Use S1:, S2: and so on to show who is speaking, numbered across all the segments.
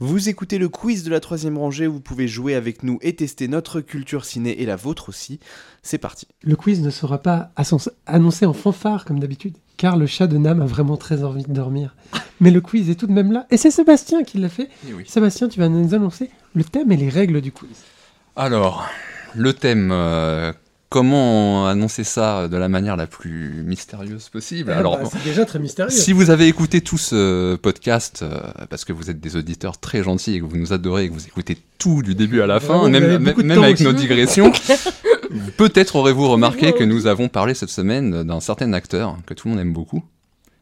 S1: Vous écoutez le quiz de la troisième rangée où vous pouvez jouer avec nous et tester notre culture ciné et la vôtre aussi. C'est parti.
S2: Le quiz ne sera pas asson- annoncé en fanfare comme d'habitude, car le chat de Nam a vraiment très envie de dormir. Mais le quiz est tout de même là, et c'est Sébastien qui l'a fait.
S3: Eh
S2: Sébastien, tu vas nous annoncer le thème et les règles du quiz.
S3: Alors, le thème, euh, comment annoncer ça de la manière la plus mystérieuse possible Bah Alors,
S2: Eh bah, c'est déjà très mystérieux.
S3: si vous avez écouté tout ce podcast, euh, parce que vous êtes des auditeurs très gentils et que vous nous adorez et que vous écoutez tout du début à la
S2: Vraiment,
S3: fin,
S2: vous avez
S3: même,
S2: beaucoup de
S3: même
S2: temps
S3: avec
S2: aussi.
S3: nos digressions, peut-être aurez-vous remarqué que nous avons parlé cette semaine d'un certain acteur que tout le monde aime beaucoup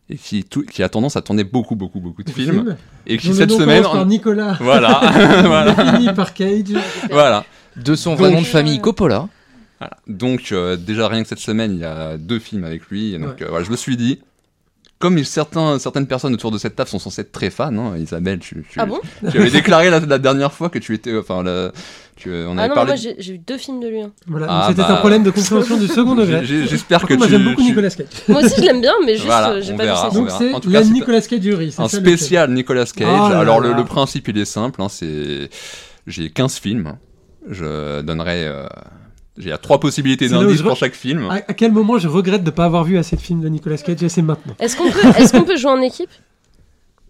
S3: et qui, tout- qui a tendance à tourner beaucoup, beaucoup, beaucoup de films. Et qui
S2: Dont le
S3: cette
S2: nom
S3: semaine...
S2: commence par Nicolas,
S3: Voilà, voilà,
S2: fini par Cage.
S3: voilà.
S4: De son
S3: vrai
S4: vrai
S3: nom
S4: nom
S3: de
S4: de famille, Coppola.
S3: Voilà. Donc euh, déjà rien que cette semaine, il y a deux films avec lui. Et Donc
S2: Ouais.
S3: euh, voilà, je me suis dit, comme certains, certaines personnes autour de cette table sont censées être très fans, hein, Isabelle, tu, tu-
S5: Ah bon
S3: tu avais déclaré la, la dernière fois que tu étais, enfin, la- tu, euh, on
S5: Ah
S3: avait
S5: non,
S3: parlé.
S5: moi j'ai j'ai eu deux films de lui. hein.
S2: Voilà,
S3: Ah,
S2: donc c'était
S3: bah.
S2: un problème de compréhension du second degré.
S3: J'ai- j'ai- J'espère
S2: Par
S3: que
S2: contre, moi,
S3: tu.
S2: j'aime beaucoup
S3: tu-
S2: Nicolas Cage.
S5: Moi aussi je l'aime bien, mais juste
S3: Voilà,
S5: euh, j'ai
S3: on
S5: pas
S3: verra,
S5: vu ses
S3: on
S2: Donc
S3: verra.
S2: c'est
S3: En tout cas,
S2: la
S3: c'est-
S2: Nicolas Cage jury. c'est
S3: un
S2: ça, le thème.
S3: spécial Nicolas Cage.
S2: Oh là
S3: Alors le,
S2: là.
S3: le principe il est simple, hein, c'est j'ai 15 films, je donnerai, euh, j'ai il y a trois possibilités
S2: C'est là où
S3: d'indices
S2: je
S3: pour
S2: re-
S3: chaque film.
S5: Ah
S2: À, à quel moment je regrette de ne pas avoir vu assez de films de Nicolas Cage et c'est maintenant.
S5: Est-ce qu'on peut, est qu'on peut jouer en équipe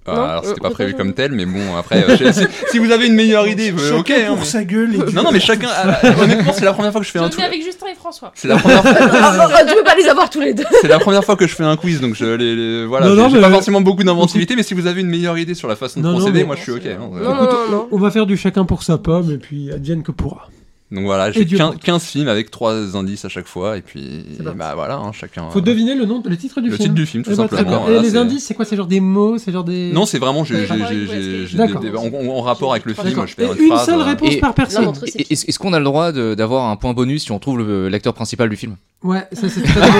S3: Euh,
S5: Non,
S3: alors
S5: euh,
S3: c'était pas
S5: pourquoi
S3: prévu
S5: je-
S3: comme tel, mais bon après, euh, je- si, si vous avez une meilleure idée, euh, ok.
S6: Chacun
S3: hein,
S6: pour
S3: mais-
S6: sa gueule. et-
S3: Non, non, mais chacun. euh, Honnêtement, c'est la première fois que je fais
S7: Je
S3: un
S7: le
S3: tout.
S7: fais avec Justin et François.
S3: C'est la, première fois,
S5: Ah, bah, Tu peux pas les avoir tous les deux.
S3: c'est la première fois que je fais un quiz, donc je les, les- voilà.
S2: Non, non,
S3: j'ai pas
S2: mais-
S3: forcément beaucoup d'inventivité, mais si vous avez une meilleure idée sur la façon de
S2: Non, non,
S3: procéder,
S2: mais-
S3: moi je suis ok. hein.
S5: Non, non,
S2: Écoute,
S5: non, non.
S2: On va faire du chacun pour sa pomme et puis advienne que pourra.
S3: Donc voilà,
S2: Et
S3: j'ai
S2: Dieu
S3: 15,
S2: compte.
S3: 15 films avec trois indices à chaque fois, et puis
S2: C'est parti.
S3: bah voilà, hein, chacun.
S2: Faut
S3: euh,
S2: deviner le nom, le titre du
S3: le
S2: film.
S3: titre du film, tout
S2: Eh ben, très
S3: simplement.
S2: bien.
S3: voilà,
S2: et les
S3: c'est-
S2: indices, c'est quoi C'est genre des mots C'est genre des.
S3: Non, c'est vraiment j'ai,
S7: Oui,
S3: j'ai-
S7: par
S3: j'ai-
S7: rapport
S3: j'ai-
S7: avec
S3: j'ai
S2: D'accord.
S3: des- des- en, en rapport avec le
S7: D'accord.
S3: film. Je vais
S2: Et
S3: faire
S2: une
S3: phrase,
S2: seule
S3: euh,
S2: réponse
S4: et-
S2: par
S5: Non,
S2: personne.
S5: entre-
S4: Et- Est-ce est-ce qu'on a le droit de- d'avoir un point bonus si on trouve le- l'acteur principal du film
S2: Ouais, ça c'est très bien.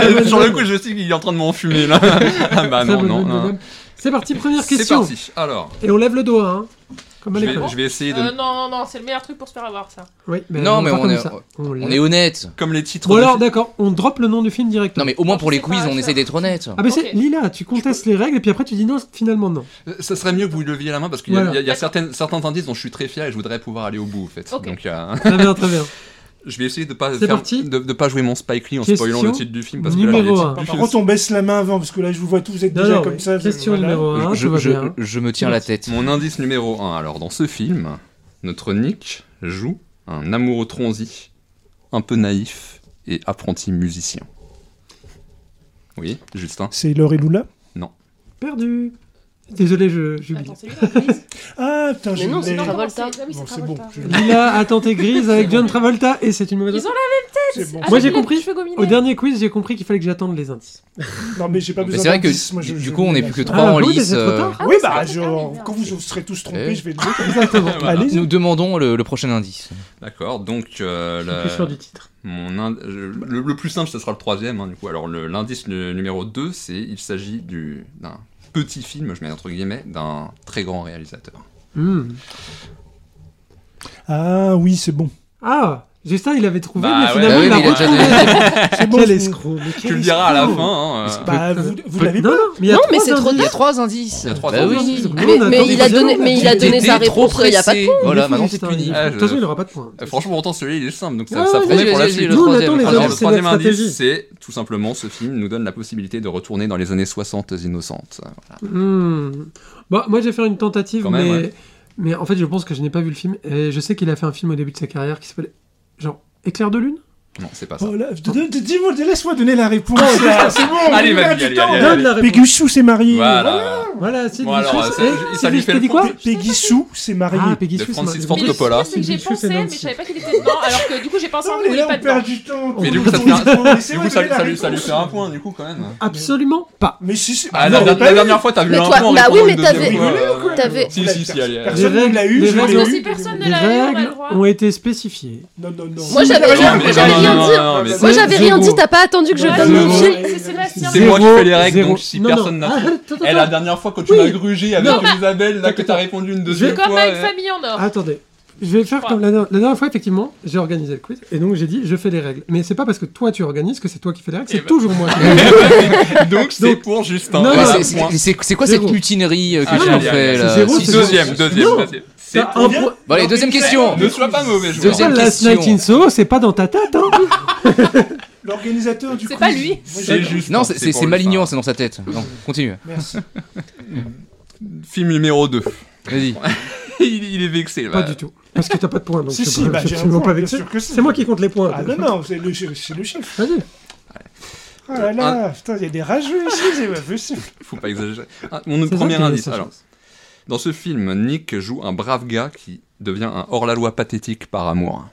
S3: Euh, Sur le coup, je sais qu'il est en train de m'enfumer là. ah bah non, non. hein.
S2: C'est parti, première
S3: C'est
S2: question.
S3: parti. Alors,
S2: Et on lève le doigt, hein. Comme
S3: je
S2: à
S3: vais,
S2: l'école.
S3: je vais essayer de.
S7: Euh, non, non, non, c'est le meilleur truc pour se faire avoir ça.
S2: Oui,
S4: Non, mais
S2: va
S4: on
S2: comme
S4: est-
S2: ça. On
S4: On
S2: lève.
S4: est honnête.
S3: Comme les titres.
S2: Bon
S3: de
S2: alors,
S3: films.
S2: d'accord, on drop le nom du film direct.
S4: Non, mais au moins
S7: Ah,
S4: pour
S7: c'est
S4: les
S7: pas
S4: quiz,
S7: grave,
S4: on
S7: ça.
S4: essaie d'être honnête.
S2: Ah, bah c'est
S7: Ok.
S2: Lila, tu contestes les règles et puis après tu dis non, finalement non.
S3: Euh, Ça serait mieux que vous leviez la main parce qu'il y a-
S2: Voilà.
S3: il y a, il y a certaines, certains indices dont je suis très fier et je voudrais pouvoir aller au bout en fait.
S7: Ok.
S3: Donc, euh,
S2: Très bien, très bien.
S3: je vais essayer de pas
S2: C'est parti.
S3: de, de pas jouer mon Spike Lee en
S2: Question
S3: spoilant le titre du film parce que là,
S2: Numéro
S3: les titres
S2: 1.
S3: du
S6: Par
S3: film,
S6: contre, on baisse la main avant, parce que là, je vous vois tous être déjà comme ça.
S2: question
S6: voilà.
S2: numéro 1,
S4: je,
S2: tout va
S4: je-
S2: bien.
S4: je me tiens la tête.
S3: Mon indice numéro 1. Alors, dans ce film, notre Nick joue un amoureux tronzi, un peu naïf et apprenti musicien. Oui, Justin.
S6: C'est Laure et Lula.
S2: Perdu. Désolé, je j'oublie.
S7: Attends, c'est lui là, Grise
S6: Ah, putain, j'ai
S5: non,
S6: oublié.
S5: c'est
S7: Non, non,
S5: Travolta.
S7: c'est- ah oui,
S6: Bon,
S7: c'est
S6: c'est bon.
S7: Travolta.
S6: je-
S2: Lila a tenté grise avec John Travolta et c'est une mauvaise.
S7: Ils ont
S6: C'est bon.
S7: Ah,
S2: Moi,
S7: j'ai
S2: j'ai
S7: les
S2: compris.
S7: cheveux gominés.
S2: Au dernier quiz, j'ai compris qu'il fallait que j'attende les indices.
S6: Non, mais j'ai pas
S4: Mais
S6: besoin
S4: c'est vrai que
S6: d'indices, moi, je-
S4: du
S6: je-
S4: coup, on est plus que
S2: Ah,
S4: trois en
S2: oui, mais
S4: lice.
S2: c'est trop
S4: euh,
S2: tard.
S6: Oui,
S7: oui,
S6: bah,
S7: c'est
S6: genre,
S7: vrai,
S6: quand vous serez tous trompés,
S4: Eh.
S6: je vais le dire.
S2: Exactement.
S3: Voilà.
S6: Allez-y.
S4: Nous demandons le, le prochain indice.
S3: D'accord, donc euh,
S2: Je suis
S3: la-
S2: plus sûr du titre.
S3: mon ind- euh, le, le plus simple, ce sera le troisième. hein, du coup, alors le- l'indice nu- numéro 2, c'est il s'agit du- d'un petit film, je mets entre guillemets, d'un très grand réalisateur.
S2: Hmm.
S6: Ah, oui, c'est bon.
S2: Ah, Justin, il avait trouvé,
S3: Bah
S2: mais
S3: ouais,
S2: finalement,
S4: bah oui,
S2: il a
S4: mais il a déjà
S6: C'est bon.
S2: Quel
S6: c'est-
S2: escroc. mais quel
S3: Tu le diras à la
S2: escroc.
S3: fin. hein, euh,
S6: Bah, vous vous
S2: Peu-
S6: l'avez
S2: non,
S6: pas
S2: non, mais il y a
S5: Non, mais
S2: trois
S5: c'est trop
S2: indices.
S4: Il y a trois indices.
S3: Il y a trois
S4: Bah
S3: indices.
S4: oui.
S2: Nous, on
S5: Mais,
S2: attend
S5: mais il a
S2: des
S5: donné,
S2: secondes.
S5: mais il a donné
S4: T'étais
S5: sa
S4: trop
S5: réponse, il n'y a pas de
S4: pressé.
S2: Il est
S4: Voilà,
S2: fou,
S4: maintenant c'est
S2: Justin,
S4: puni.
S2: il est fou.
S3: Ah,
S2: De toute façon,
S3: je-
S2: il n'aura pas de points.
S3: euh, franchement, pourtant, celui-là, il est simple, donc ça,
S2: Ouais,
S3: ça
S2: ouais,
S3: prenait
S4: vas-y,
S3: pour la
S4: vas-y,
S3: suite.
S4: le
S2: Nous, on
S4: troisième.
S2: attend les
S4: Alors,
S3: Alors,
S2: indices,
S3: le
S2: c'est
S3: troisième
S2: notre stratégie.
S3: indice, c'est tout simplement ce film nous donne la possibilité de retourner dans les années 60 innocentes. Voilà.
S2: Hmm. Bon, moi, je vais faire une tentative,
S3: Quand même,
S2: mais...
S3: ouais.
S2: mais en fait, je pense que je n'ai pas vu le film. Et je sais qu'il a fait un film au début de sa carrière qui s'appelait, genre, Éclair de lune
S3: Non, c'est pas ça.
S6: Oh là, de- de- de- dis-moi, laisse-moi donner la réponse. là, C'est bon.
S3: Allez,
S6: on a
S3: vas-y,
S6: du
S3: allez,
S6: temps.
S3: allez, allez.
S2: Donne la réponse.
S6: Péguissou s'est marié.
S3: Voilà.
S2: Voilà, c'est
S3: Bon, alors, ça- ça lui fait
S2: t'as
S3: le
S2: dit quoi
S6: P- Péguissou s'est marié.
S2: Ah, Peggy
S3: De
S2: Sue, c'est
S3: Francis
S2: marrant.
S3: Ford
S7: Mais le
S3: Coppola.
S7: pire, c'est que j'ai
S2: Sue, c'est
S7: pensé, mais je
S2: Nancy.
S7: savais pas qu'il était dedans, alors que du coup, j'ai pensé un
S6: Non,
S7: peu
S6: mais
S7: qu'il est
S6: là,
S7: pas
S6: on
S7: dedans.
S6: perd du temps.
S3: Mais du
S6: On
S3: coup, ça fait
S6: retourne
S3: un-
S6: sur-
S3: Du coup,
S6: laissez-moi
S3: ça,
S6: donner la
S3: ça lui, ça lui
S6: réponse.
S3: fait un point, du coup, quand même.
S2: Absolument pas.
S6: Mais si, si.
S3: Ah, la, la- la dernière fois, t'as vu
S5: Mais
S3: un
S5: toi-
S3: point. en
S5: bah oui,
S3: répondant
S5: mais
S3: au deuxième
S5: t'avais-
S3: point,
S5: fois, t'avais-
S3: Si, si, si, allez, allez.
S6: Personne ne l'a eu,
S2: Les
S6: je l'ai
S2: règles-
S6: eu.
S7: Si personne ne
S2: Les
S7: l'a eu, on a le
S2: règles
S7: droit.
S2: ont été spécifiées.
S6: Non, non, non.
S5: Moi, j'avais
S6: Non,
S5: rien-
S6: mais
S3: mais
S5: j'avais
S3: non,
S5: rien
S3: non,
S5: dit.
S3: non, non, mais
S5: Moi
S3: c'est-
S5: j'avais rien
S2: Zéro.
S5: dit, t'as pas attendu que je
S7: Ouais,
S5: donne
S2: Zéro.
S5: le film.
S7: C'est c'est Sébastien.
S3: C'est moi qui fais les
S2: Zéro,
S3: règles,
S2: zéro.
S3: donc si
S2: Non,
S3: personne
S2: non.
S3: n'a-
S2: Ah, attends, attends,
S3: Et la dernière fois, quand tu
S2: Oui.
S3: m'as grugé avec
S2: Non, bah-
S3: Isabelle, là, que t'as répondu une deuxième
S7: Comme
S3: fois.
S7: à une
S3: euh,
S7: famille en or.
S2: Ah, Attendez, Je vais faire
S7: Ouais.
S2: comme la dernière, la dernière fois, effectivement, j'ai organisé le quiz et donc j'ai dit je fais les règles. Mais c'est pas parce que toi tu organises que c'est toi qui fais les règles,
S7: Eh
S2: c'est
S7: ben.
S2: toujours moi. qui fais les règles.
S3: Donc c'est
S2: Donc-
S3: pour Justin.
S2: Non,
S3: Voilà,
S2: non,
S4: Ouais, c'est-
S3: point.
S4: c'est- c'est c'est quoi cette
S2: Zéro.
S4: mutinerie euh, que
S3: Ah,
S4: tu
S3: non,
S4: nous
S3: non,
S4: fais
S2: c'est
S4: là
S2: zéro,
S4: Si-
S2: c'est
S3: Deuxième, deuxième,
S2: Non.
S3: deuxième. C'est-
S2: T'as un point-
S4: Bon, allez, deuxième question.
S3: Ne sois pas mauvais joueur.
S4: Deuxième-
S2: Toi, Last
S4: question.
S2: Night in Soho, c'est pas dans ta tête, hein
S6: L'organisateur du
S7: C'est
S6: quiz.
S7: pas lui.
S6: Moi,
S3: C'est
S6: j'ai-
S3: juste.
S4: Non, c'est- c'est
S3: pour
S4: c'est
S3: Justin.
S4: Malignan, c'est dans sa tête. Non, continue.
S6: Merci.
S3: Film numéro 2.
S4: Vas-y.
S3: il, il est vexé.
S2: Pas
S3: bah.
S2: du tout. Parce que t'as pas de points, donc
S6: Si,
S2: je
S6: si,
S2: peux-
S6: bah,
S2: je suis
S6: j'ai un
S2: absolument
S6: point,
S2: pas
S6: bien
S2: vexé.
S6: sûr que si.
S2: C'est moi qui compte les points.
S6: Ah non, non, c'est le, c'est le chiffre.
S2: Vas-y.
S6: Oh là
S2: Ah.
S6: là, putain, il y a des rageux ici, c'est pas possible.
S3: Faut pas exagérer. Ah, mon
S2: C'est ça
S3: premier
S2: qui est
S3: indice.
S2: sa
S3: Alors,
S2: chance.
S3: dans ce film, Nick joue un brave gars qui devient un hors-la-loi pathétique par amour.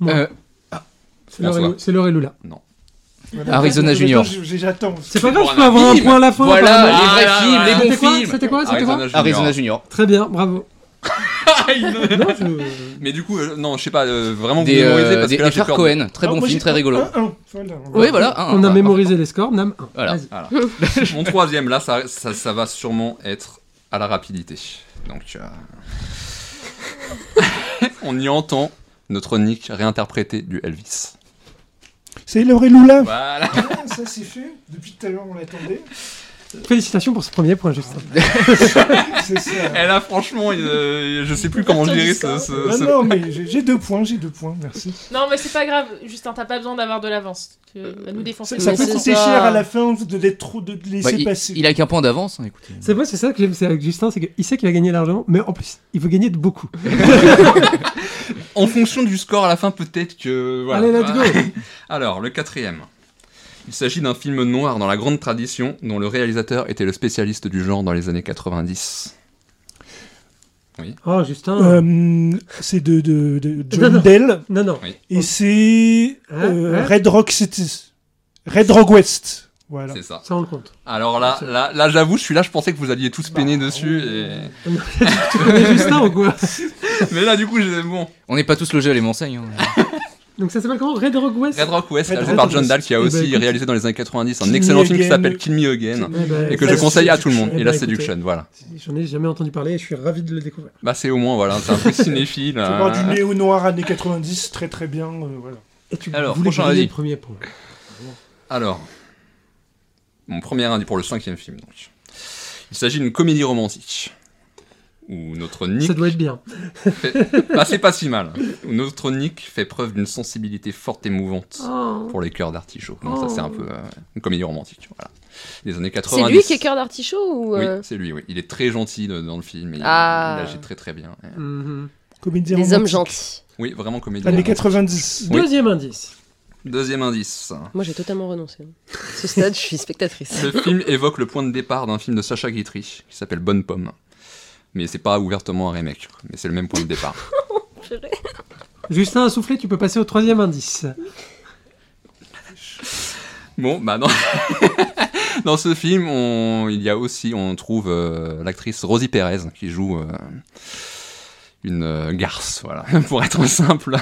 S2: Moi,
S4: Euh,
S2: c'est l'heure et
S3: François.
S2: Lou- C'est l'heure et Lula.
S4: Arizona
S6: Attends,
S4: Junior.
S6: j'ai- j'ai- J'attends.
S2: C'est pas grave, je
S3: pour
S2: peux
S3: un
S2: avoir un
S3: film.
S2: point à la fin. pardon.
S4: Voilà,
S3: Ah,
S4: les
S3: là,
S4: vrais films,
S3: là,
S4: les
S3: là.
S2: C'était
S4: bons
S2: quoi
S4: films.
S2: C'était
S3: Ah,
S2: quoi C'était quoi
S3: Junior.
S4: Arizona Junior.
S2: Très bien, bravo. Non, je-
S3: Mais du coup, euh, non, je sais pas, euh, vraiment vous
S4: Des,
S3: mémorisez
S4: euh,
S3: parce
S4: des,
S3: que là,
S4: des
S3: j'ai
S4: frères
S3: peur.
S4: Cohen, très
S6: Ah,
S4: bon
S6: moi,
S4: film,
S6: j'ai-
S4: très rigolo.
S6: Un, un, voilà.
S4: Oui, voilà. un,
S2: On a
S4: un,
S2: mémorisé les scores, Nam 1.
S4: Voilà.
S2: Vas-y.
S4: voilà.
S3: Mon troisième, là, ça, ça, ça va sûrement être à la rapidité. Donc, euh, on y entend notre Nick réinterprété du Elvis.
S6: C'est l'heure et Lula.
S3: Voilà.
S6: Ah, Ça, c'est fait. Depuis tout à l'heure, on l'attendait.
S2: Félicitations pour ce premier point, Justin.
S6: C'est ça.
S3: Et là, franchement, il, euh, je sais plus comment gérer ce.
S4: euh,
S3: ce-
S2: Bah
S6: Non,
S3: ce-
S6: non, mais j'ai j'ai deux points, j'ai deux points, merci.
S7: Non, mais c'est pas grave, Justin, t'as pas besoin d'avoir de l'avance. Tu vas nous défoncer.
S6: Ça, ça
S5: Mais
S6: peut
S5: c'est
S6: coûter
S5: ça.
S6: cher à la fin de d'être trop de de
S4: Bah,
S6: laisser
S4: il,
S6: passer.
S4: il a qu'un point d'avance, hein, écoutez.
S2: C'est moi, c'est ça que j'aime c'est avec Justin, c'est qu'il sait qu'il va gagner l'argent, mais en plus, il veut gagner de beaucoup.
S3: En fonction du score à la fin, peut-être que. Voilà.
S2: Allez, let's go
S3: Alors, le quatrième. Il s'agit d'un film noir dans la grande tradition dont le réalisateur était le spécialiste du genre dans les années 90.
S2: Oh, Justin.
S6: Euh, c'est de, de, de
S2: Non,
S6: John
S2: non.
S6: Dell
S2: Non, non.
S3: Oui.
S6: et c'est euh,
S2: Oh. Hein, hein
S6: Red Rock City. Red Rock West. Voilà.
S3: C'est ça.
S2: Ça, on le compte.
S3: Alors là, là, là j'avoue, je suis là, je pensais que vous alliez
S2: Bah,
S3: tous peiner dessus. et-
S2: Tu connais Justin ou quoi
S3: Mais là, du coup, j'ai- bon.
S4: On n'est pas tous logés à les Monseignes.
S6: Ah,
S4: hein.
S2: Donc, ça s'appelle comment Red Rock West
S3: Red Rock West,
S6: Red
S3: réalisé
S6: Rock
S3: par
S6: West.
S3: John Dahl, qui a
S2: Eh ben,
S3: aussi
S2: écoute.
S3: réalisé dans les années 90 un
S6: Kill Me
S3: excellent film qui
S6: Again.
S3: s'appelle Kill Me Again.
S2: Eh ben,
S3: Et
S2: ça,
S3: que je
S6: Last
S3: conseille à tout le monde.
S6: Seduction.
S3: Et
S2: Eh
S3: la
S2: ben, écoutez.
S3: Seduction, voilà.
S2: J'en ai jamais entendu parler et je suis ravi de le découvrir.
S3: Bah, c'est au moins, voilà, c'est un peu cinéphile.
S6: Tu
S3: hein.
S6: parles du néo noir années 90, très très bien. euh, voilà.
S2: Et tu
S3: Alors,
S2: voulais
S3: prochain,
S2: gagner
S3: vas-y.
S2: le premier point.
S3: Alors, mon premier indice pour le cinquième film. Donc. Il s'agit d'une comédie romantique. Où notre Nick.
S2: Ça doit être bien.
S3: Ah, c'est pas si mal. Où notre Nick fait preuve d'une sensibilité forte et mouvante
S2: Oh.
S3: pour les cœurs d'artichaut. Donc, ça, c'est un peu euh, une comédie romantique. Voilà. Les années 90.
S5: C'est lui qui est cœur d'artichaut ou. euh,
S3: Oui, c'est lui, oui. Il est très gentil de- dans le film. et il-
S5: Ah.
S3: Il agit très très bien.
S2: Mhm.
S6: Comédie
S5: Les hommes
S6: romantique.
S5: gentils.
S3: Oui, vraiment comédie.
S6: Années
S3: romantique.
S6: 90.
S3: Oui.
S2: Deuxième indice.
S3: Deuxième indice.
S5: Moi, j'ai totalement renoncé. À Ce stade, je suis spectatrice.
S3: Ce film évoque le point de départ d'un film de Sacha Guitry qui s'appelle Bonne Pomme. Mais c'est pas ouvertement un remake, mais c'est le même point de départ.
S2: Justin a soufflé, tu peux passer au troisième indice.
S3: Bon, bah dans, dans ce film, on- il y a aussi, on trouve euh, l'actrice Rosie Perez qui joue euh, une euh, garce, voilà, pour être simple.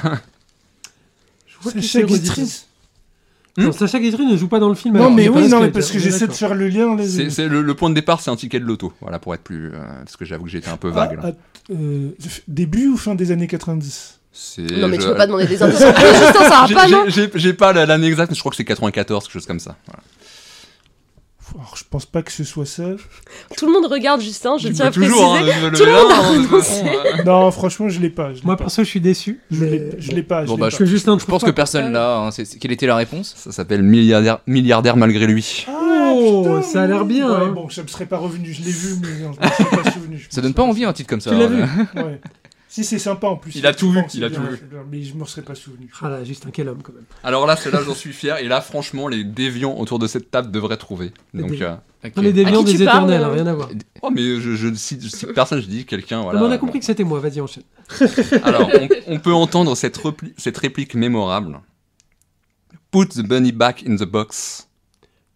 S2: Je vois
S6: C'est
S2: qui
S6: Sacha
S2: c'est, Roddy.
S6: Guitry.
S5: Hmm
S2: Non, Sacha Guitry ne joue pas dans le film.
S6: Non,
S2: alors,
S6: mais
S2: on est pas
S6: oui, non,
S2: d'accord.
S6: mais parce que
S2: On est
S6: j'essaie de
S2: d'accord.
S6: faire le lien. les-
S3: C'est, c'est le, le point de départ, c'est un ticket de loto, voilà, pour être plus, euh, parce que j'avoue que j'étais un peu vague.
S6: Ah,
S3: Là.
S6: ah, euh, f- début ou fin des années 90
S3: C'est,
S5: Non, mais
S3: je-
S5: tu peux pas demander des indices. Justin, ça va
S3: j'ai,
S5: Ah, pas, non
S3: j'ai- j'ai- j'ai pas la- l'année exacte, mais je crois que c'est 94, quelque chose comme ça. voilà.
S6: Alors, je pense pas que ce soit ça.
S5: Tout le monde regarde Justin, je
S3: Tu
S5: tiens
S3: peux
S5: à préciser.
S3: toujours, hein, le- le-
S5: tout le monde a
S3: hein, de toute
S5: renoncé.
S3: façon, euh,
S6: non, franchement, je l'ai pas. Je l'ai
S2: Moi,
S6: pas.
S2: perso, je suis déçu.
S6: Je
S2: mais-
S6: l'ai- je l'ai pas. je
S4: Bon,
S6: l'ai
S4: bah,
S6: pas.
S2: Parce
S4: je-
S2: que Justin, ne
S4: Je
S2: trouve
S4: pense
S2: pas.
S4: que personne là. hein, c'est- c'est- quelle était la réponse
S3: Ça s'appelle milliardaire, milliardaire malgré lui.
S6: Ah,
S2: Oh, ça a l'air bien,
S6: Ouais,
S2: hein.
S6: bon, ça me serait pas revenu, je l'ai vu, mais non, je me serais pas souvenu. je
S4: Ça
S6: pense.
S4: donne pas envie un titre comme ça.
S2: Tu l'as
S4: hein,
S2: vu
S4: là.
S6: Ouais. Si c'est sympa en plus.
S3: Il a tout vu,
S6: effectivement,
S3: il a
S6: c'est
S3: tout
S6: bien,
S3: vu.
S6: c'est bien, Mais je m'en serais pas souvenu.
S2: Ah là, Justin, quel homme quand même.
S3: Alors là, celle-là, j'en suis fier. Et là, franchement, les déviants autour de cette table devraient trouver. Donc,
S2: Oui.
S3: euh,
S4: Ok.
S2: Non, les déviants
S5: À qui tu
S2: des éternels,
S5: parles, euh
S2: hein, rien à voir.
S3: oh, mais je, je ne cite, je cite personne, je dis quelqu'un. Voilà.
S2: Non, mais on a compris que c'était moi, vas-y, enchaîne.
S3: Alors, on, on peut entendre cette, repli- cette réplique mémorable. Put the bunny back in the box.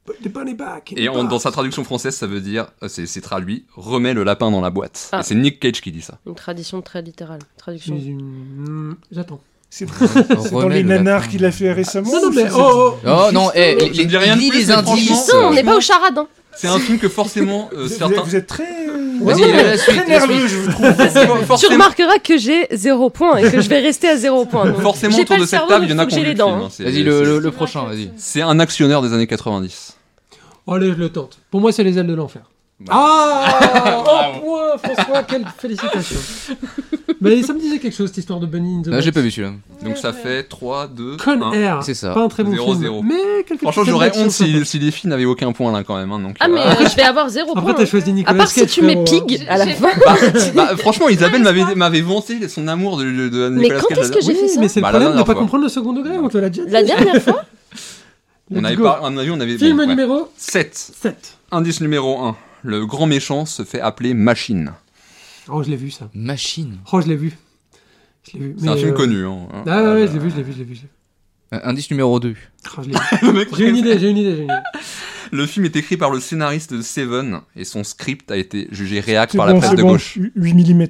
S6: Bah,
S2: Put the bunny back.
S3: Et en- dans sa traduction française, ça veut dire, euh, c'est c'est traduit, remets le lapin dans la boîte.
S5: Ah.
S3: Et c'est Nick Cage qui dit ça.
S5: Une tradition très littérale.
S2: J'ai
S5: Traduction.
S2: une- Hmm, J'attends.
S6: C'est c'est dans
S4: Remets
S6: les
S4: le
S6: nanars
S4: lapin.
S6: qu'il a fait récemment
S2: Non, non,
S6: ou
S2: mais
S6: c'est-
S2: oh, oh
S4: Oh non, eh, les,
S3: Je ne dis rien de
S4: lis
S3: plus,
S4: les
S3: mais
S4: indices.
S3: franchement,
S5: Justin, on n'est pas au charadin.
S3: C'est un film que forcément euh,
S6: Vous êtes-
S3: certains.
S6: Vous êtes très, euh,
S4: Vas-y,
S6: ouais,
S4: la
S6: très
S4: suite, la
S6: nerveux, je vous trouve.
S3: For-
S5: Tu
S3: forcément-
S5: remarqueras que j'ai zéro point et que je vais rester à zéro point. donc
S3: Forcément,
S5: j'ai
S3: autour
S5: pas
S3: de
S5: le
S3: cette
S5: cerveau,
S3: table, il
S5: mais
S3: y en
S5: faut
S3: a
S5: que
S3: qui ont
S5: j'ai
S3: vu
S5: les
S3: le
S5: dents,
S3: film,
S5: hein.
S3: hein. C'est-
S4: Vas-y, le,
S3: c'est-
S4: le- le prochain, vas-y.
S3: C'est un actionnaire des années 90.
S2: Oh, Allez, je le tente. Pour moi, c'est les ailes de l'enfer.
S4: Bah.
S3: Voilà.
S2: Ah Oh, point, François, quelle félicitation. Mais ça me disait quelque chose, cette histoire de Bunny in the
S4: Non,
S2: Box.
S4: j'ai pas vu celui-là.
S3: Donc ça fait 3, 2,
S2: Con
S3: 1.
S2: Air.
S4: C'est ça.
S2: Pas un très bon
S3: Zéro,
S2: film.
S3: zéro.
S2: Mais quelque
S3: Franchement,
S2: petite
S3: j'aurais
S2: action
S3: honte
S2: sympa.
S3: si, si les filles n'avaient aucun point là quand même. hein, donc,
S5: Ah,
S3: euh,
S5: mais euh, je vais avoir zéro
S2: Après,
S5: point.
S2: t'as choisi
S5: À
S2: Nicolas
S5: part si
S2: Cage,
S5: tu mets
S2: frérot.
S5: Pig à la
S7: J'ai-
S5: fin.
S3: bah, bah, franchement, Isabelle m'avait m'avait vanté son amour de, de- de
S5: Mais
S3: Nicolas
S5: quand
S3: Cage.
S5: est-ce que j'ai
S2: Oui,
S5: fait ça
S2: mais c'est le
S3: Bah, la
S2: problème de
S3: dernière
S2: pas
S3: fois.
S2: comprendre le second degré, on te l'a déjà dit.
S5: La dernière fois
S3: On
S2: Let's
S3: avait
S2: go.
S3: pas, à mon avis, on avait.
S2: Film numéro
S3: 7.
S2: 7.
S3: Indice numéro 1. Le grand méchant se fait appeler Machine.
S2: Oh, je l'ai vu, ça.
S4: Machine.
S2: Oh, je l'ai vu. Je l'ai vu.
S3: C'est un
S2: mais,
S3: film
S2: euh,
S3: connu. Hein.
S2: Ah ouais, ouais, je l'ai vu, je l'ai vu, je l'ai vu. je l'ai vu.
S4: Euh, Indice numéro 2.
S2: Oh, je l'ai vu.
S3: Le mec-
S2: J'ai une idée, j'ai une idée, j'ai une idée.
S3: Le film est écrit par le scénariste de Seven et son script a été jugé réac
S6: C'est
S3: par la
S6: bon,
S3: presse
S6: c'est
S3: de
S6: bon,
S3: gauche.
S6: 8 mm.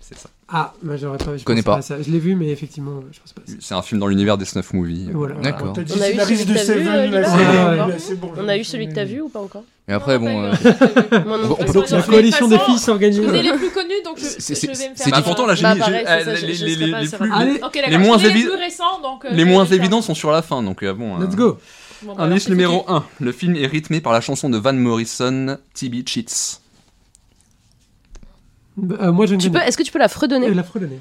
S3: C'est ça.
S2: Ah, bah, j'aurais pas. Je
S4: Connais
S2: pensais pas.
S4: pas.
S2: à ça. Je l'ai vu, mais effectivement, je pense pas. à ça.
S3: C'est un film dans l'univers des Snuff Movies.
S2: Voilà.
S4: D'accord.
S6: Ah, T'as dit
S5: On a eu
S6: la
S5: celui
S6: risque
S5: que
S6: de
S5: t'as vu, euh,
S6: Seven, là,
S5: Nicolas
S6: c'est bon,
S2: Ah, Ouais,
S6: là,
S2: ouais.
S6: c'est bon.
S5: On a eu celui que t'as vu ou pas encore
S4: Mais
S7: Ah,
S4: après, bon. euh,
S5: Moi non
S4: on
S5: plus.
S4: peut-
S2: Donc, la
S7: Mais
S2: coalition
S7: de
S2: des
S7: toute
S2: filles
S7: façon,
S2: s'organise.
S7: Je connais les plus connus, donc je,
S4: C'est-
S7: je vais me
S4: c'est
S7: faire.
S3: Bah,
S7: un-
S3: pourtant, là, j'ai
S5: Bah,
S3: mis- j'ai-
S5: pareil, c'est ça,
S3: euh,
S5: je-
S3: les-
S5: je
S3: les-
S5: serais pas
S3: les
S5: assez
S3: plus-
S5: rapide.
S2: Allez,
S7: Ok, d'accord.
S3: Les moins
S7: Je connais
S3: évi-
S7: plus récents, donc. euh, je
S3: Les
S7: vais
S3: moins
S7: me faire-
S3: évidents sont sur la fin, donc euh, bon.
S2: let's
S3: euh,
S2: go.
S7: Bon, bah, alors,
S3: Indice
S7: c'est
S3: numéro
S7: foutu.
S3: 1. Le film est rythmé par la chanson de Van Morrison, TB Cheats.
S2: Euh, moi, je ne
S5: Tu peux,
S2: connais
S5: est-ce que tu peux la
S2: pas.
S5: fredonner
S2: Et la fredonner.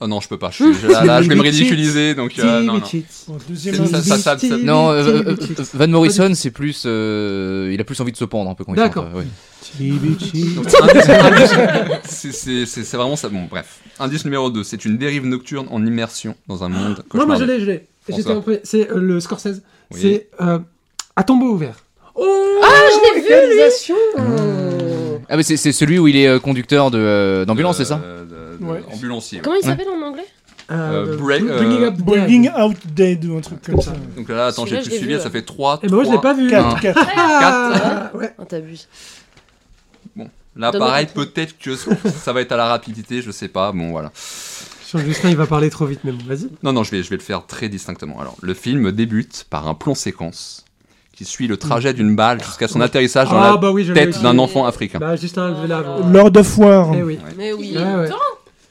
S3: Oh non, je peux pas. Je, je- là, là, je vais me
S2: TB Cheats.
S3: ridiculiser, donc euh, non, non.
S2: Cheats.
S6: Bon,
S3: C'est-
S6: Deuxième
S3: Ça, ça,
S6: indice.
S3: ça- ça-
S4: Non, euh, euh,
S2: Tibi
S4: euh,
S2: Cheats.
S4: Van Morrison, c'est plus. euh, il a plus envie de se pendre un peu quand il
S2: D'accord.
S4: chante, euh, ouais.
S2: Tibi Cheats.
S3: donc, indice- indice- c'est- C'est c'est- c'est vraiment ça. Bon, bref. Indice numéro 2. C'est une dérive nocturne en immersion dans un monde
S2: Non, moi, je
S3: cauchemardesque.
S2: l'ai, je l'ai.
S3: François.
S2: J'étais en premier. C'est euh, le Scorsese.
S3: Oui.
S2: C'est euh, à tombeau ouvert. Oh,
S5: Ah, je l'ai vu, lui
S2: Réalisation.
S4: Ah, mais c'est c'est celui où il est euh, conducteur de, euh, d'ambulance, c'est ça
S3: Euh, de- de-
S6: Ouais.
S3: Ambulancier. ouais.
S5: Comment il s'appelle en anglais
S2: Euh,
S3: Bra-
S2: Bring-
S3: euh,
S2: Bringing Up the
S6: Boiling
S2: Dead.
S6: Out Dead ou un truc comme ça.
S3: Donc là, attends, j'ai
S5: Celui-là,
S3: plus
S5: je l'ai
S3: suivi,
S5: vu,
S3: ça
S5: ouais.
S3: fait 3.
S2: Eh ben, moi, je l'ai pas vu.
S3: Un.
S6: 4, 4.
S2: Ah, ouais.
S5: Ah, t'abuses.
S3: Là,
S5: Donne-moi
S3: pareil,
S5: ton truc.
S3: peut-être que ça va être à la rapidité, je sais pas. Bon, voilà.
S2: Jean-Justin, il va parler trop vite, mais bon, vas-y.
S3: Non, non, je vais, je vais le faire très distinctement. Alors, le film débute par un plan séquence qui suit le trajet d'une balle jusqu'à son atterrissage dans
S2: Ah,
S3: la
S2: bah oui, je l'ai
S3: tête
S2: aussi.
S3: d'un enfant africain.
S2: Bah, Justin, levez la main.
S6: Lord of War.
S2: Eh oui.
S5: Mais oui.
S2: Ouais, ouais.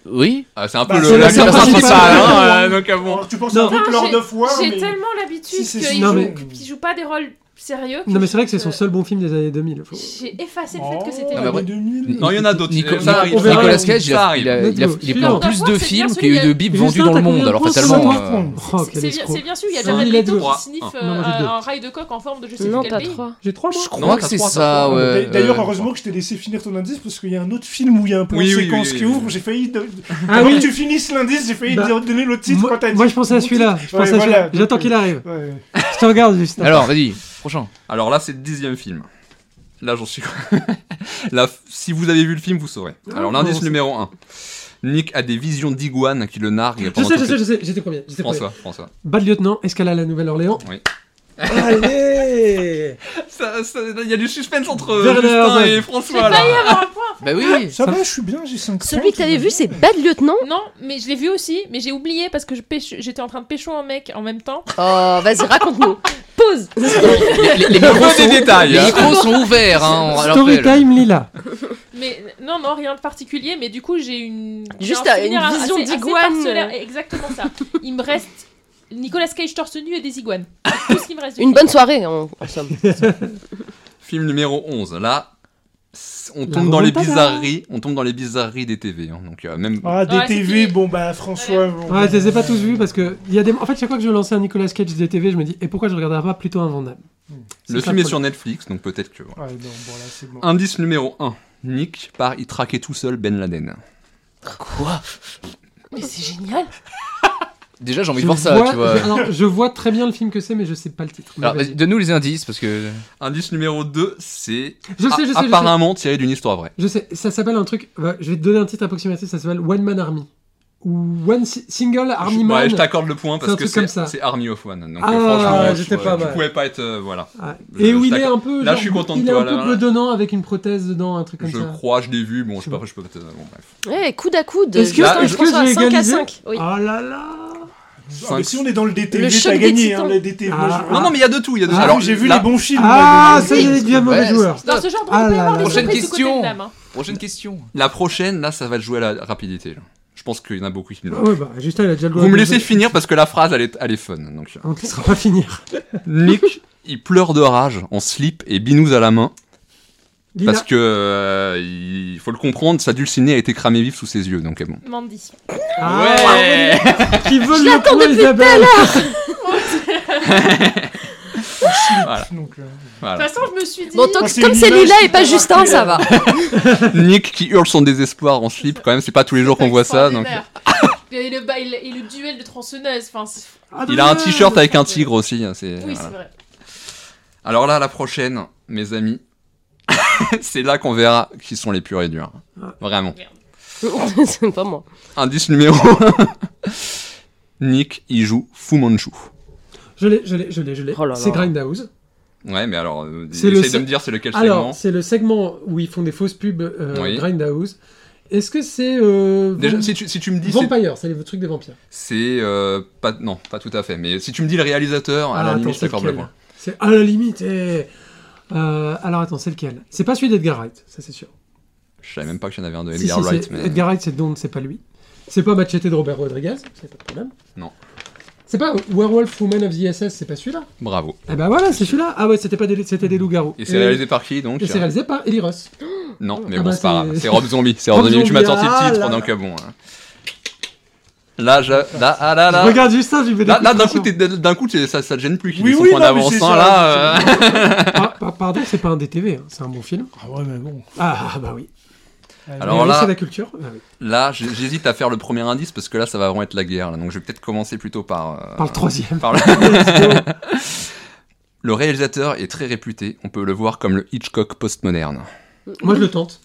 S4: Oui
S3: Ah, c'est un peu
S6: Bah,
S3: le
S6: c'est
S3: la
S6: la scène
S3: principale.
S6: principale,
S3: hein,
S6: hein.
S3: euh, donc, ah bon.
S6: Alors, Tu penses
S2: Non.
S6: un peu que
S7: Putain,
S6: Lord of War,
S7: J'ai
S6: mais...
S7: tellement l'habitude
S6: Si, c'est
S7: qu'il
S2: Non,
S7: joue,
S2: mais-
S7: qu'il joue pas des rôles sérieux.
S2: Non,
S7: qu'il
S2: mais c'est vrai que c'est
S7: joue,
S2: son
S7: euh,
S2: seul Ah, bon film des années 2000. faut-
S7: J'ai effacé le
S6: Oh,
S7: fait que c'était.
S4: Non,
S6: les
S4: mais après-
S6: 2000.
S3: Non, il y en a d'autres.
S4: Nico-
S3: Ça arrive,
S2: Nico-
S3: ça
S4: Nicolas
S3: arrive,
S4: Cage, il
S3: ça
S4: a,
S3: arrive.
S4: il a- il a- il est
S2: Let's
S4: plein
S2: go.
S4: plus de
S7: C'est bien
S4: films
S7: celui
S4: qu'il y a eu
S7: qui
S4: de
S7: a-
S4: bibles
S2: Justin,
S4: vendues dans
S2: t'as
S4: le monde.
S2: combien de
S4: Alors
S2: points
S4: que
S2: sur
S4: tellement.
S2: toi
S4: euh,
S2: Oh,
S7: C'est
S2: quel
S7: bien,
S2: escroc.
S7: c'est bien sûr, il y a
S2: Sans
S7: jamais
S2: il a
S7: les
S2: deux.
S7: tons qui
S3: Trois,
S7: sniffent
S2: un. Non, moi, j'ai
S7: euh,
S2: deux.
S7: un rail de coq en forme de je sais
S5: Non,
S7: plus
S5: t'as
S7: quel pays.
S5: trois.
S2: J'ai trois mois.
S4: Je
S3: Non,
S4: crois que
S3: t'as
S4: c'est
S3: trois, t'as
S4: ça,
S3: trois.
S4: ouais.
S6: D'a- D'ailleurs,
S4: euh,
S6: heureusement que je t'ai laissé finir ton indice parce qu'il y a un autre film où il y a un plan
S3: Oui, oui,
S6: séquence
S3: oui,
S6: qui
S3: oui,
S6: ouvre.
S3: oui.
S6: J'ai failli. de-
S2: Ah
S6: Avant
S2: oui.
S6: que tu finisses l'indice, j'ai failli
S2: Bah,
S6: te donner le titre
S2: moi,
S6: quand t'as dit.
S2: moi, je pensais à celui-là. Je
S6: Ouais,
S2: pensais à celui-là.
S6: voilà.
S2: J'attends qu'il arrive.
S6: Ouais.
S2: Je te regarde, Justin.
S4: Alors, vas-y, prochain.
S3: Alors là, c'est le dixième film. Là, j'en suis. là, f- si vous avez vu le film, vous saurez. Alors,
S2: Non,
S3: l'indice
S2: Oh, c'est-
S3: numéro 1. Nick a des visions d'iguane qui le narguent.
S2: Je
S3: pendant
S2: sais, je
S3: toute
S2: sais,
S3: la-
S2: je sais. J'étais premier. J'étais premier.
S3: François, François.
S2: Bas de lieutenant, escalade à la Nouvelle-Orléans.
S3: Oui.
S2: Allez
S3: Il y a du suspense entre
S2: euh, Werner Justin Herzog. et
S3: François
S7: là. Avoir un point.
S4: Bah oui
S6: Ça va, je suis bien, j'ai 5
S5: Celui que t'avais vu, c'est Bad Lieutenant.
S7: Non, mais je l'ai vu aussi, mais j'ai oublié parce que je pêche- j'étais en train de pécho un mec en même temps.
S5: Oh, vas-y, raconte-nous. Pause.
S4: Les, les- les
S3: Un peu
S4: micros
S3: des
S4: sont,
S3: détails,
S4: les
S3: hein.
S4: micros sont ouverts, hein, on rappelle.
S2: Story time, Lila.
S7: Mais non, non, rien de particulier, mais du coup, j'ai une. j'ai
S5: Juste
S7: un
S5: une
S7: souvenir
S5: vision
S7: assez- assez
S5: d'iguane.
S7: parcellaire. Exactement ça. Il me reste Nicolas Cage torse nu et des iguanes. C'est tout ce qui me reste. du
S5: Une
S7: film.
S5: bonne soirée, en, en somme.
S3: Film numéro 11. Là, c- on
S2: La
S3: tombe dans les
S2: remontada.
S3: bizarreries. On tombe dans les bizarreries des TV. hein. Donc euh, même.
S7: Ouais,
S6: Ah, DTV,
S7: c'est-
S6: bon bah François. bon,
S2: Ouais,
S6: bah,
S2: je les ai pas tous vus parce que. il Y a des... En fait, chaque fois que je lançais un Nicolas Cage des TV, je me dis, et pourquoi je regarderais pas plutôt Invendable C'est
S3: le
S2: ça
S3: film est
S2: problème.
S3: sur Netflix, donc peut-être que. voilà.
S6: Ouais, non, bon, là, c'est bon.
S3: Indice numéro 1. Nick part y traquer tout seul Ben Laden.
S4: Quoi
S7: Mais c'est génial.
S4: Déjà, j'ai envie
S2: Je
S4: de voir ça,
S2: vois-
S4: tu vois.
S2: je- alors, je vois très bien le film que c'est, mais je sais pas le titre. Mais
S4: Alors,
S2: vas-y.
S4: vas-y, donne-nous les indices, parce que.
S3: Indice numéro 2, c'est
S2: Je sais, je sais, je
S3: a-
S2: sais.
S3: apparemment tiré d'une histoire vraie.
S2: Je sais, ça s'appelle un truc. euh, je vais te donner un titre approximatif, ça s'appelle One Man Army. Ou One Si- Single Army
S3: je,
S2: Man.
S3: ouais, je t'accorde le point
S2: C'est
S3: parce
S2: un
S3: que
S2: truc comme
S3: c'est
S2: ça.
S3: c'est Army of One. Donc
S2: Ah,
S3: euh, franchement,
S2: j'étais pas
S3: tu
S2: mal.
S3: pouvais pas être. euh, voilà.
S2: Ah,
S3: Je-
S2: Et
S3: je
S2: où il est
S3: t'accorde.
S2: un peu.
S3: Là,
S2: genre,
S3: je suis content de
S2: il
S3: toi,
S2: est un
S3: là,
S2: peu
S3: là.
S2: bedonnant avec une prothèse dedans, un truc comme
S3: Je
S2: ça.
S3: crois, je l'ai vu. Bon, je sais
S2: C'est
S3: pas,
S2: bon.
S3: je peux peut-être. Bon, bref.
S5: Eh, coude à coude.
S2: Est-ce que-
S5: Justin,
S3: est-ce
S5: je
S2: que
S5: pense à
S2: j'ai
S5: 5 à
S2: égalisé
S5: 5. Oui.
S2: Oh Ah là là
S6: Ah, mais si on est dans le DTV,
S5: Le choc
S6: t'as
S5: des
S6: gagné,
S5: titans.
S6: hein, le DTV.
S2: Ah.
S6: moi, je-
S3: Non, non, mais il y a de tout, il y a de tout.
S6: Ah,
S3: Alors,
S6: j'ai vu
S3: là,
S6: les bons films.
S2: Ah,
S6: moi, de-
S2: ça y est, devient mauvais
S4: Ouais,
S2: joueur.
S7: Dans ce genre, on
S2: Ah
S7: peut
S2: là
S7: avoir
S2: là.
S7: des
S4: Prochaine
S7: surprises du côté
S4: question.
S7: de l'âme. hein.
S4: Prochaine question.
S3: La prochaine, là, ça va jouer à la rapidité. là. Je pense qu'il y en a beaucoup qui l'ont.
S2: Ouais, bah, Justin, il a déjà le
S3: Vous me laissez finir parce que la phrase, elle est, elle est fun. Donc.
S2: On ne laissera pas finir.
S3: Nick, il pleure de rage en slip et binous à la main
S2: Lina.
S3: parce que euh, il faut le comprendre, sa dulcinée a été cramée vive sous ses yeux. Donc euh, bon.
S7: Mandy.
S2: Ah, Qui veut le
S5: l'attends
S2: point,
S5: depuis
S2: Isabelle
S6: Donc, euh,
S7: De toute façon, je me suis dit.
S5: Bon, tant
S6: Moi,
S5: que-
S6: c'est
S5: comme
S6: une
S5: c'est
S6: image
S5: Lila
S6: qui
S5: et pas
S6: m'a
S5: Justin,
S6: marqué,
S5: ça va.
S3: Nick qui hurle son désespoir en slip quand même, c'est pas tous les jours qu'on voit ça. Donc.
S7: Extraordinaire. Et le, bail- et le duel de tronçonneuse. Enfin, c'est-
S3: Il a un t-shirt avec un tigre aussi. hein, c'est-
S7: oui,
S3: voilà.
S7: c'est vrai.
S3: Alors là, la prochaine, mes amis, c'est là qu'on verra qui sont les purs et durs. Vraiment.
S5: c'est pas moi.
S3: Indice numéro 1. Nick, il joue Fu Manchu.
S2: Je l'ai, je l'ai, je l'ai, je l'ai.
S5: Oh là là.
S2: c'est Grindhouse.
S3: Ouais, mais alors, euh,
S2: C'est le
S3: essaye de
S2: se-
S3: me dire c'est lequel
S2: Alors,
S3: segment.
S2: c'est le segment où ils font des fausses pubs euh,
S3: Oui.
S2: Grindhouse. Est-ce que c'est euh,
S3: Déjà,
S2: Vamp-
S3: si tu, si tu me dis, c'est-
S2: Vampire C'est le truc des vampires.
S3: c'est euh, pas non, pas tout à fait. Mais si tu me dis le réalisateur, à
S2: Ah,
S3: la
S2: attends,
S3: limite, je
S2: c'est
S3: t'accorde le
S2: lequel
S3: point.
S2: C'est à la limite. eh. Euh, alors attends, c'est lequel C'est pas celui d'Edgar Wright, ça c'est sûr.
S3: Je savais même pas qu'il y en avait un de
S2: Si,
S3: Edgar
S2: si,
S3: Wright.
S2: c'est-
S3: Mais...
S2: Edgar Wright, c'est Don, c'est pas lui. C'est pas Machete de Robert Rodriguez, c'est pas le problème.
S3: Non.
S2: C'est pas Werewolf Woman of the SS, c'est pas celui-là.
S3: Bravo.
S2: Eh ben voilà, c'est celui-là. Ah ouais, c'était pas des, c'était des loups-garous.
S3: Et c'est réalisé par qui donc
S2: et c'est réalisé par Eli Ross.
S3: Non, mais
S2: Ah
S3: bon,
S2: bah,
S3: c'est pas
S2: c'est-
S3: grave. C'est Rob Zombie. C'est
S2: Rob
S3: Rob Zombie. Tu m'as
S2: Zombie,
S3: sorti
S2: ah
S3: le titre,
S2: là
S3: donc euh, bon. hein. Là, je, là, ah, là, là.
S2: Regarde juste ça, je lui mets des
S3: Là, là,
S2: coups de
S3: d'un coup,
S2: pression.
S3: t'es- d'un coup, t'es- ça, ça te gêne plus qu'il
S6: Oui,
S3: ait son
S6: oui,
S3: point
S6: non, mais
S3: d'avance,
S6: c'est
S3: hein,
S6: ça,
S3: là. euh.
S2: Ah, pa- pardon, c'est pas un DTV, hein, c'est un bon film.
S6: Ah ouais, mais bon.
S2: Ah bah oui.
S3: Alors
S2: Mais oui,
S3: là-
S2: c'est la culture. Ah oui.
S3: Là, j- j'hésite à faire le premier indice parce que là, ça va vraiment être la guerre. Là. Donc, je vais peut-être commencer plutôt par. euh,
S2: Par le troisième.
S3: par le... Le réalisateur est très réputé. On peut le voir comme le Hitchcock postmoderne.
S2: Moi, je le tente.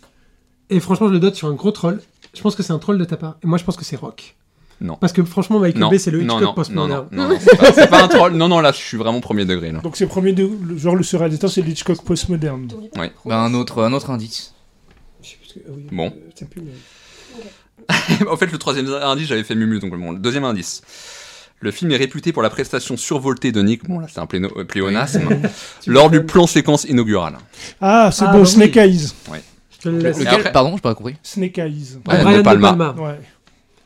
S2: Et franchement, je le dote sur un gros troll. Je pense que c'est un troll de ta part. Et moi, je pense que c'est rock.
S3: Non.
S2: Parce que franchement, Michael
S3: Non,
S2: Bay, c'est le
S3: non,
S2: Hitchcock
S3: non, non,
S2: postmoderne.
S3: non, non, non, c'est pas- c'est pas un troll. Non, non, là, je suis vraiment premier degré. Là.
S6: Donc c'est premier de... le- genre le seul réalisateur, c'est l'Hitchcock postmoderne.
S7: T'oublies pas
S3: Ouais.
S7: de
S4: Bah,
S7: prendre.
S4: un autre, un autre indice.
S3: Bon.
S2: euh,
S6: Plus,
S3: en fait, le troisième indice, j'avais fait Mumu, donc bon, le deuxième indice. Le film est réputé pour la prestation survoltée de Nick, bon là c'est un pléno- euh, pléonasme, lors du plan séquence inaugurale.
S6: Ah, c'est
S2: Ah,
S6: bon,
S2: bah
S6: Snake
S2: oui.
S6: Eyes.
S2: Je te le laisse.
S3: Et
S4: Lequel
S3: après-
S4: Pardon, j'ai pas compris.
S6: Snake Eyes.
S3: Ouais,
S2: Brian
S3: De
S2: De
S3: Palma.
S2: Palma.
S6: Ouais.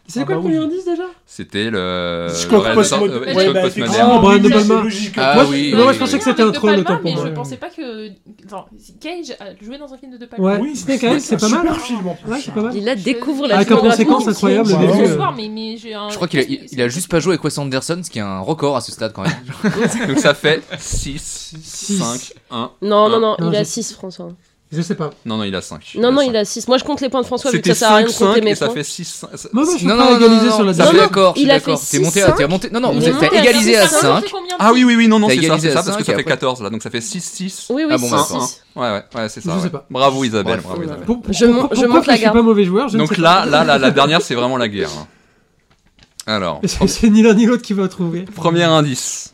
S2: C'est
S6: Ah
S2: quoi
S6: bah
S2: le premier
S6: oui.
S2: indice déjà
S3: C'était le...
S6: Hitchcock
S3: le réalisateur-
S6: postmoderne.
S3: euh,
S6: Ah,
S7: Ouais,
S3: Hitchcock
S7: bah,
S3: postmoderne. Euh,
S6: effectivement,
S2: Oh, Brian De
S6: oui, ça, c'est
S2: Palma.
S6: logique.
S4: Ah
S6: Moi,
S4: oui,
S2: mais moi,
S4: oui,
S2: je pensais
S4: oui.
S2: que c'était un
S7: Avec De
S2: troll
S7: Palma,
S2: autant pour
S7: mais
S2: moi.
S7: je pensais pas que. Attends, Cage a joué dans un film de De Palma.
S2: Ouais,
S6: Oui,
S2: Snake
S6: Snake
S2: Eyes, c'est pas
S6: un
S2: mal.
S6: super film, en plus.
S2: Ouais, c'est pas mal.
S5: Lila découvre la
S2: Avec un
S5: filmographie.
S2: conséquence incroyable,
S7: Je
S6: mais
S7: vais
S6: oui,
S7: ce
S6: euh.
S7: soir, mais, mais j'ai un.
S4: Je crois qu'il a, il, il a juste pas joué avec Wes Anderson, ce qui est un record à ce stade quand même.
S3: Donc ça fait 6, 5, 1.
S5: Non, non, non,
S2: Non,
S5: il a
S2: j'ai-
S5: 6, François.
S2: Je sais pas.
S3: Non, non, il a 5.
S5: Non, non, il a 6. Moi, je compte les points de François, vu que
S3: C'était
S5: ça sert à rien
S3: 5,
S5: de compter
S3: 5 et
S5: mes
S3: ça
S5: points.
S3: fait 6, 5.
S2: Non, non, je suis pas
S4: Non, non, non, non,
S2: égalisé sur la
S5: Non,
S4: ça fait
S5: non,
S2: deuxième.
S4: d'accord, je suis
S5: il a fait
S4: d'accord. T'es
S5: six,
S4: monté, à- t'es
S5: cinq.
S4: remonté. Non, non,
S5: Il
S4: vous
S5: est
S4: êtes
S5: monté
S4: t'as
S5: à
S4: égalisé à
S5: six,
S4: 5.
S3: Ah oui, oui, oui, non, non,
S4: T'as
S3: c'est ça,
S4: égalisé
S3: c'est
S4: à
S3: ça, parce que
S4: cinq, et
S3: ça fait
S4: après-
S3: 14 là, donc ça fait 6, 6.
S5: Oui, oui,
S4: Ah bon, bah,
S5: 6,
S4: un,
S5: 6.
S3: Ouais, ouais, ouais, c'est ça.
S2: Je sais
S3: ouais.
S2: pas.
S3: Bravo Isabelle,
S4: Bref,
S3: bravo
S4: ouais.
S3: Isabelle.
S2: Pour- pour-
S5: Je mon-
S2: pourquoi
S5: je monte
S2: que
S5: la
S2: je suis
S5: garde.
S2: pas mauvais joueur. je ne
S3: Donc
S2: sais
S3: là,
S2: pas.
S3: là, là, la dernière, c'est vraiment la guerre. hein. Alors,
S2: Et c'est- c'est ni l'un ni l'autre qui va trouver.
S3: premier indice.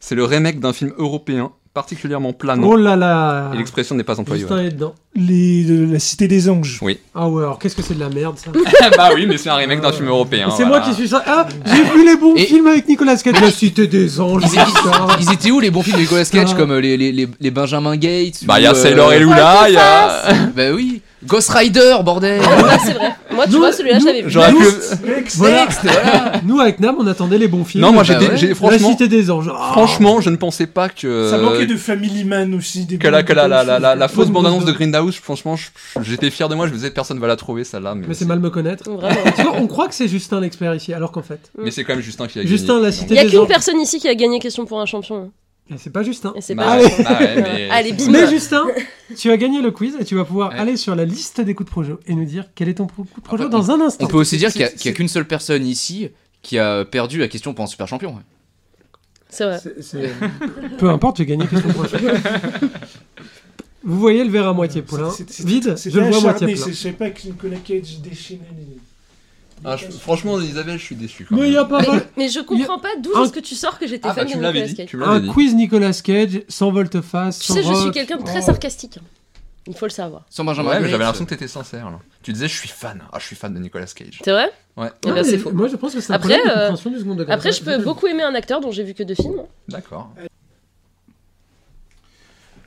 S3: C'est le remake d'un film européen particulièrement planant.
S2: Oh là là.
S3: Et l'expression n'est pas employée.
S2: Justin est dedans.
S6: Les, de la Cité des Anges.
S2: Ah ouais, alors qu'est-ce que c'est de la merde ça
S3: ouais. bah oui, mais c'est un remake d'un film européen.
S2: Euh, C'est
S3: voilà.
S2: moi qui suis ça. Ah, j'ai vu les bons
S4: Et-
S2: films avec Nicolas Cage. La cité des anges.
S4: Ils,
S2: putain.
S4: étaient- ils étaient où les bons films de Nicolas Cage
S2: Ah.
S4: comme euh, les, les, les, les Benjamin Gates
S3: Bah,
S4: ou,
S3: il y a
S4: euh,
S3: Sailor et Lula, il y a.
S4: Bah oui, Ghost Rider, bordel
S5: Ah, c'est vrai. Moi, tu
S2: Nous-
S5: vois, celui-là, je l'avais vu.
S3: J'aurais pu.
S2: Voilà. Nous avec Nam, on attendait les bons films.
S3: Non, moi,
S4: Bah
S3: j'étais.
S4: ouais.
S3: j'ai-
S2: La
S3: Franchement,
S2: cité des anges. Ah.
S3: franchement, je ne pensais pas que.
S6: Ça manquait de Family Man aussi. Des
S3: Euh, Que la, que la, la, la, la, la fausse
S2: Bonne
S3: bande-annonce de
S2: bonne.
S3: Grindhouse, franchement, je- j'étais fier de moi, je me disais personne va la trouver celle-là, mais,
S2: Mais c'est mal me connaître.
S5: Vraiment.
S2: Tu vois, on croit que c'est Justin l'expert ici, alors qu'en fait,
S5: Mm.
S3: mais c'est quand même Justin qui a
S2: Justin,
S3: gagné.
S2: la
S5: Il
S2: cité-
S5: n'y a
S2: des
S5: qu'une
S2: anges.
S5: personne ici qui a gagné question pour un champion.
S2: et c'est pas Justin.
S5: Et c'est
S3: Bah
S5: pas
S3: ouais,
S5: Justin.
S3: bah ouais, mais-
S5: Allez, bim.
S2: Mais Justin, tu as gagné le quiz et tu vas pouvoir
S4: Ouais.
S2: aller sur la liste des coups de projo et nous dire quel est ton pro- coup de projo
S4: Après,
S2: dans un instant.
S4: Ah bah, On peut aussi dire qu'il y a,
S2: C'est-
S4: qu'il y a qu'une seule personne ici qui a perdu la question pour un super champion.
S5: C'est vrai.
S2: c'est- c'est- Peu importe, j'ai gagné question pour un champion. Vous voyez le verre à moitié plein,
S6: C'est- c'est-
S2: vide,
S6: C'était
S2: je le vois à moitié
S6: acharné,
S2: plein.
S6: c'est- Je sais pas que Nicolas Cage déchaînait les-
S3: Ah, je- franchement, Isabelle, je suis déçu. Quand
S2: Mais il
S3: même.
S2: y a pas
S5: Mais, mais je comprends pas d'où
S2: Un-
S5: est-ce que tu sors que j'étais
S3: Ah, bah,
S5: fan
S3: tu
S5: de
S3: me l'avais
S5: Nicolas
S3: dit.
S5: Cage.
S3: Tu me l'avais
S2: un
S3: dit.
S2: quiz Nicolas Cage, sans volte-face,
S5: Tu
S2: sans
S5: sais, je suis
S2: rock.
S5: quelqu'un de très
S2: Oh.
S5: sarcastique. Il faut le savoir.
S4: Sans Benjamin
S3: Ouais, mais j'avais
S4: Biolay,
S3: l'impression que t'étais sincère. Là. Tu disais, je suis fan. Ah, je suis fan de Nicolas Cage.
S5: C'est vrai
S3: Ouais,
S5: Eh ben,
S2: mais
S5: c'est faux.
S2: Moi, je pense que c'est un
S5: Après,
S2: problème de
S5: euh,
S2: compréhension du second degré.
S5: Après, je
S2: Ouais,
S5: peux beaucoup aimer un acteur dont j'ai vu que deux films.
S3: d'accord.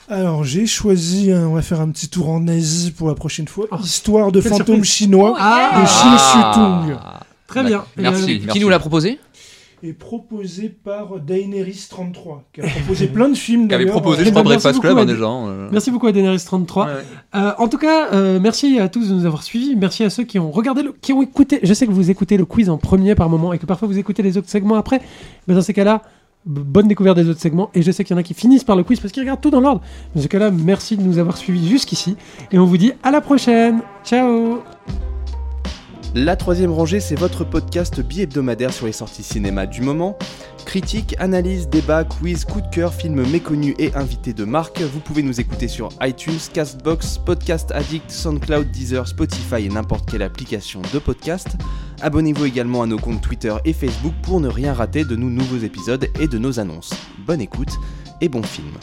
S6: Alors, j'ai choisi, hein, on va faire un petit tour en Asie pour la prochaine fois,
S3: Ah,
S2: Oh,
S6: histoire de
S2: quelle
S6: fantômes
S2: surprise.
S6: chinois
S2: Ah,
S6: de Shin Shutung.
S2: Très bien.
S4: Ah, Merci.
S3: Merci.
S4: Qui nous l'a proposé
S6: Et proposé par Daenerys33, qui a proposé plein de films
S3: Qui avait
S6: d'ailleurs.
S3: proposé, je
S2: Eh
S3: crois,
S2: ben, merci
S3: Breakfast Club,
S2: beaucoup,
S3: hein,
S2: Adi.
S3: déjà. euh.
S2: Merci beaucoup à Daenerys33.
S3: Ouais, ouais.
S2: Euh, en tout cas, euh, merci à tous de nous avoir suivis. Merci à ceux qui ont regardé, le, qui ont écouté. Je sais que vous écoutez le quiz en premier par moment et que parfois vous écoutez les autres segments après. Mais dans ces cas-là, b- bonne découverte des autres segments. Et je sais qu'il y en a qui finissent par le quiz parce qu'ils regardent tout dans l'ordre. Dans ces cas-là, merci de nous avoir suivis jusqu'ici. Et on vous dit à la prochaine. Ciao
S1: La troisième rangée, c'est votre podcast bi-hebdomadaire sur les sorties cinéma du moment. Critiques, analyses, débats, quiz, coup de cœur, films méconnus et invités de marque. Vous pouvez nous écouter sur iTunes, Castbox, Podcast Addict, SoundCloud, Deezer, Spotify et n'importe quelle application de podcast. Abonnez-vous également à nos comptes Twitter et Facebook pour ne rien rater de nos nouveaux épisodes et de nos annonces. Bonne écoute et bon film.